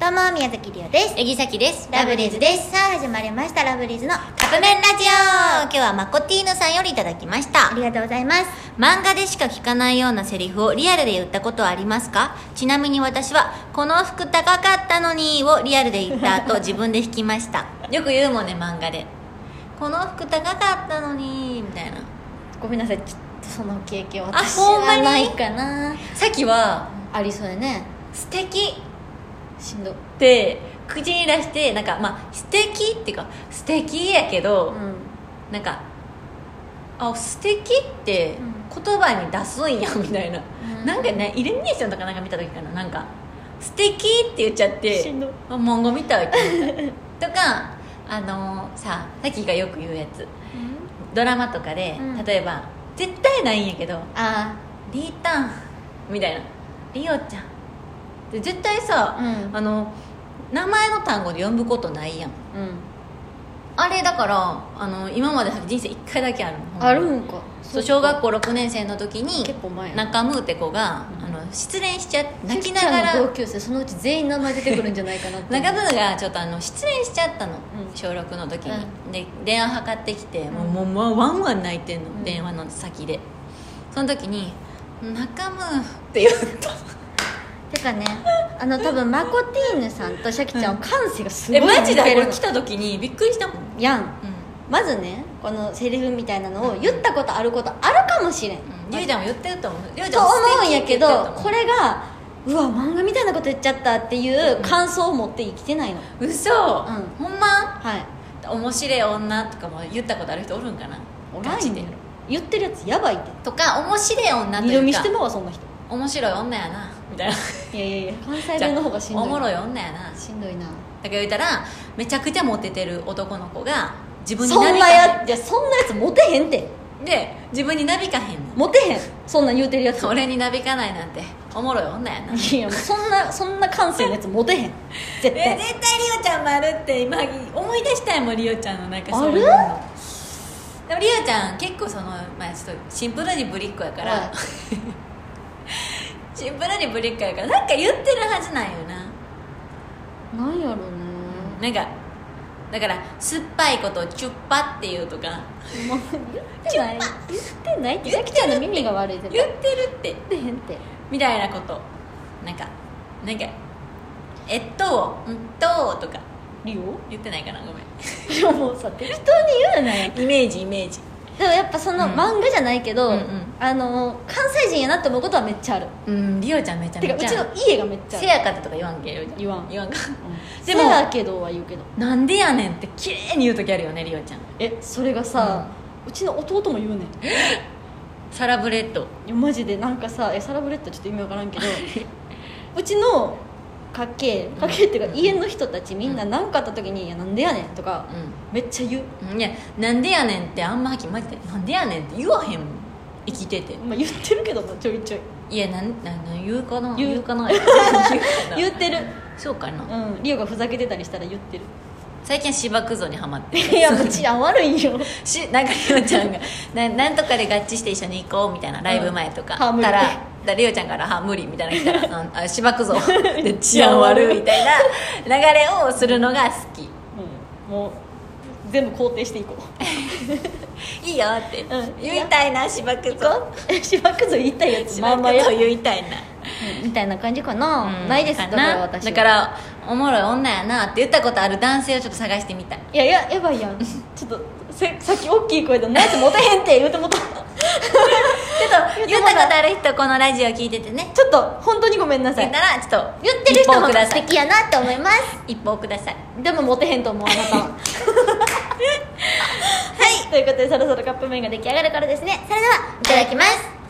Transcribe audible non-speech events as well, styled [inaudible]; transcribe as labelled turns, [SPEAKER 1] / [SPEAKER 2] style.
[SPEAKER 1] どうも宮崎りおです
[SPEAKER 2] えぎさきです
[SPEAKER 1] ラブリーズですさあ始まりましたラブリーズの
[SPEAKER 2] カップ麺ラジオ今日はマコティーヌさんよりいただきました
[SPEAKER 1] ありがとうございます
[SPEAKER 2] 漫画でしか聞かないようなセリフをリアルで言ったことはありますかちなみに私は「この服高かったのに」をリアルで言った
[SPEAKER 1] [laughs]
[SPEAKER 2] 後自分で弾きましたよく言うもんね漫画で「この服高かったのに」みたいな
[SPEAKER 1] ごめんなさいちょっとその経験
[SPEAKER 2] あ
[SPEAKER 1] 私
[SPEAKER 2] ほんま
[SPEAKER 1] は
[SPEAKER 2] に
[SPEAKER 1] ないかな
[SPEAKER 2] さっきは
[SPEAKER 1] ありそうやね
[SPEAKER 2] 「素敵
[SPEAKER 1] しんど
[SPEAKER 2] って口に出してなんかまあ素敵っていうか素敵やけ
[SPEAKER 1] う
[SPEAKER 2] ど、
[SPEAKER 1] ん
[SPEAKER 2] なんかあ素敵って言葉に出すんやみたいな、
[SPEAKER 1] うん
[SPEAKER 2] なんかねイルミネーションとかなんか見た時かななんか素敵って言っちゃって
[SPEAKER 1] しんどい
[SPEAKER 2] あ漫画みたいって思ったとかあのーささっきがよく言うやつドラマとかで、
[SPEAKER 1] うん
[SPEAKER 2] 例えば絶対ないんやけど
[SPEAKER 1] あ
[SPEAKER 2] 「リータン」みたいな「リオちゃん」で絶対さ、
[SPEAKER 1] うん
[SPEAKER 2] あの名前の単語で呼ぶことないやん
[SPEAKER 1] うん
[SPEAKER 2] あれだからあの今まで人生1回だけあるのほんま
[SPEAKER 1] あるんか
[SPEAKER 2] そう小学校6年生の時に
[SPEAKER 1] 結構前やな
[SPEAKER 2] 中ムーって子が、
[SPEAKER 1] うん
[SPEAKER 2] あの失恋しちゃって
[SPEAKER 1] 泣き
[SPEAKER 2] 泣き
[SPEAKER 1] な
[SPEAKER 2] な
[SPEAKER 1] が
[SPEAKER 2] が
[SPEAKER 1] ら
[SPEAKER 2] ら
[SPEAKER 1] 同級生そのうち全員名前出てくるんじゃないかなって
[SPEAKER 2] 中ムーがちょっとあの失恋しちゃったの、
[SPEAKER 1] うん
[SPEAKER 2] 小6の時に、で電話かかってきて、もうもうもうワンワン泣いてんの、
[SPEAKER 1] うん
[SPEAKER 2] 電話の先でその時に「中ムー」って言った
[SPEAKER 1] てかねあの多分マコティーヌさんとシャキちゃんは感性がすご
[SPEAKER 2] [laughs] え
[SPEAKER 1] い
[SPEAKER 2] マジで
[SPEAKER 1] 似てる
[SPEAKER 2] こ
[SPEAKER 1] の
[SPEAKER 2] れ来た時にびっくりしたもん、うん
[SPEAKER 1] やんまずねこのセリフみたいなのを言ったことあることあるかもしれん、
[SPEAKER 2] うん、りゅうちゃんも言ってると思うりゅうち
[SPEAKER 1] と
[SPEAKER 2] ゃんも
[SPEAKER 1] 思
[SPEAKER 2] 素
[SPEAKER 1] うん
[SPEAKER 2] 敵
[SPEAKER 1] や
[SPEAKER 2] っ
[SPEAKER 1] け
[SPEAKER 2] て言ってると
[SPEAKER 1] ど
[SPEAKER 2] 思う
[SPEAKER 1] これがうわ漫画みたいなこと言っちゃったっていう感想を持って生きてないの、
[SPEAKER 2] 嘘、ほんま
[SPEAKER 1] はい
[SPEAKER 2] 面白い女とかも言ったことある人おるんかなガチでやろ
[SPEAKER 1] 言ってるやつやばいって
[SPEAKER 2] とか面白い女と
[SPEAKER 1] 二
[SPEAKER 2] い
[SPEAKER 1] 度
[SPEAKER 2] う
[SPEAKER 1] 見
[SPEAKER 2] か
[SPEAKER 1] してもわそんな人
[SPEAKER 2] 面白い女やなみたいない
[SPEAKER 1] やいやいや関西弁の方がしんどい
[SPEAKER 2] おもろい女やなだ
[SPEAKER 1] しんどいな
[SPEAKER 2] けど言ったらめちゃくちゃモテてる男の子が自分に
[SPEAKER 1] そ
[SPEAKER 2] なんび
[SPEAKER 1] な
[SPEAKER 2] か
[SPEAKER 1] や
[SPEAKER 2] へ
[SPEAKER 1] いやそんなやつモテへんて
[SPEAKER 2] んで自分になびかへんの
[SPEAKER 1] モテへんそんなん言うて
[SPEAKER 2] [laughs]
[SPEAKER 1] るやつ
[SPEAKER 2] 俺になびかないなんておもろい女や
[SPEAKER 1] [laughs]
[SPEAKER 2] な
[SPEAKER 1] いやもうそんなそんな感性のやつモテへん
[SPEAKER 2] え
[SPEAKER 1] 絶
[SPEAKER 2] 絶
[SPEAKER 1] 対
[SPEAKER 2] 対リオちゃんもあるって今思い出したいもんリオちゃんのなんかそういう
[SPEAKER 1] あ
[SPEAKER 2] のでもリオちゃん結構その、まあ、ちょっとシンプルにぶりっ子やから、
[SPEAKER 1] はい
[SPEAKER 2] [laughs] シンプルにぶりっ子やからなんか言ってるはずなんよな
[SPEAKER 1] なんやろね
[SPEAKER 2] なんかだから酸っぱいことをチュッパっていうとか
[SPEAKER 1] もう言ってない言ってないってシャキちゃんの耳が悪い絶対
[SPEAKER 2] 言ってるって
[SPEAKER 1] 言ってへんって
[SPEAKER 2] みたいなことなんかなんかえっとうんととか
[SPEAKER 1] リオ
[SPEAKER 2] 言ってないかなごめ
[SPEAKER 1] でももうさ適当に言うなよ
[SPEAKER 2] んイメージイメージ
[SPEAKER 1] でもやっぱその
[SPEAKER 2] うん
[SPEAKER 1] 漫画じゃないけど、
[SPEAKER 2] うんうん
[SPEAKER 1] あの関西人やなって思うことはめっちゃある
[SPEAKER 2] うんリオちゃんめちゃ
[SPEAKER 1] てかう
[SPEAKER 2] めちゃ
[SPEAKER 1] ちの家がめっちゃあ
[SPEAKER 2] せ
[SPEAKER 1] る
[SPEAKER 2] やかってとか言わんけリオちゃん
[SPEAKER 1] 言わん
[SPEAKER 2] 言わんか
[SPEAKER 1] うん
[SPEAKER 2] でも
[SPEAKER 1] せやけどは言うけど
[SPEAKER 2] なんでやねんって綺麗に言う時あるよねリオちゃん
[SPEAKER 1] えそれがさ、うちの弟も言うねんい
[SPEAKER 2] サラブレッド
[SPEAKER 1] やマジでなんかさえサラブレッドちょっと意味わからんけ [laughs] どうちの家系家系っていうか家の人たちみんな何かあった時に「いやなんでやねん」とかめっちゃ言う、
[SPEAKER 2] うんいやなんでやねんってあんまはっきりマジでなんでやねんって言わへんもん生きてて
[SPEAKER 1] まあ、言ってるけどなちょいちょい
[SPEAKER 2] いやなんなんなん言うかな
[SPEAKER 1] 言う
[SPEAKER 2] 言う [laughs] かな言うかな
[SPEAKER 1] 言ってる
[SPEAKER 2] そうかな
[SPEAKER 1] うんリオがふざけてたりしたら言ってる
[SPEAKER 2] 最近は芝クゾにハマって
[SPEAKER 1] [laughs] いやもう治安悪いんよ
[SPEAKER 2] しなんかりおちゃんがななんとかで合致して一緒に行こうみたいなライブ前とか、
[SPEAKER 1] うんはあ無理
[SPEAKER 2] たらだりおちゃんから「はあ無理」みたいなの来た
[SPEAKER 1] [laughs]
[SPEAKER 2] らうん「あ芝くぞ」で治安悪いみたいな流れをするのが好
[SPEAKER 1] うんもう全部肯定していこう
[SPEAKER 2] きいいよって、
[SPEAKER 1] うん
[SPEAKER 2] 言いたいな芝くぞ
[SPEAKER 1] 芝くず言いたいやつ
[SPEAKER 2] 芝くぞ言いたいな、
[SPEAKER 1] みたいな感じかな、
[SPEAKER 2] うん
[SPEAKER 1] ないです
[SPEAKER 2] か
[SPEAKER 1] だから
[SPEAKER 2] な
[SPEAKER 1] 私は
[SPEAKER 2] だからおもろい女やなって言ったことある男性をちょっと探してみたい
[SPEAKER 1] いやいややばいやん [laughs] ちょっとせさっき大きい声で「ナイツモテへんって」言うて [laughs] もうた
[SPEAKER 2] ちょっと言ったことある人このラジオ聞いててね
[SPEAKER 1] ちょっと本当にごめんなさ
[SPEAKER 2] 言っ
[SPEAKER 1] い
[SPEAKER 2] たらちょっと
[SPEAKER 1] 言ってる人も
[SPEAKER 2] 一報くだ
[SPEAKER 1] 素
[SPEAKER 2] さい
[SPEAKER 1] 敵やなって思います
[SPEAKER 2] 一報ください
[SPEAKER 1] でもモテへんと思うあなた [laughs] ははいということでそろそろカップ麺が出来上がるからですねそれではいただきます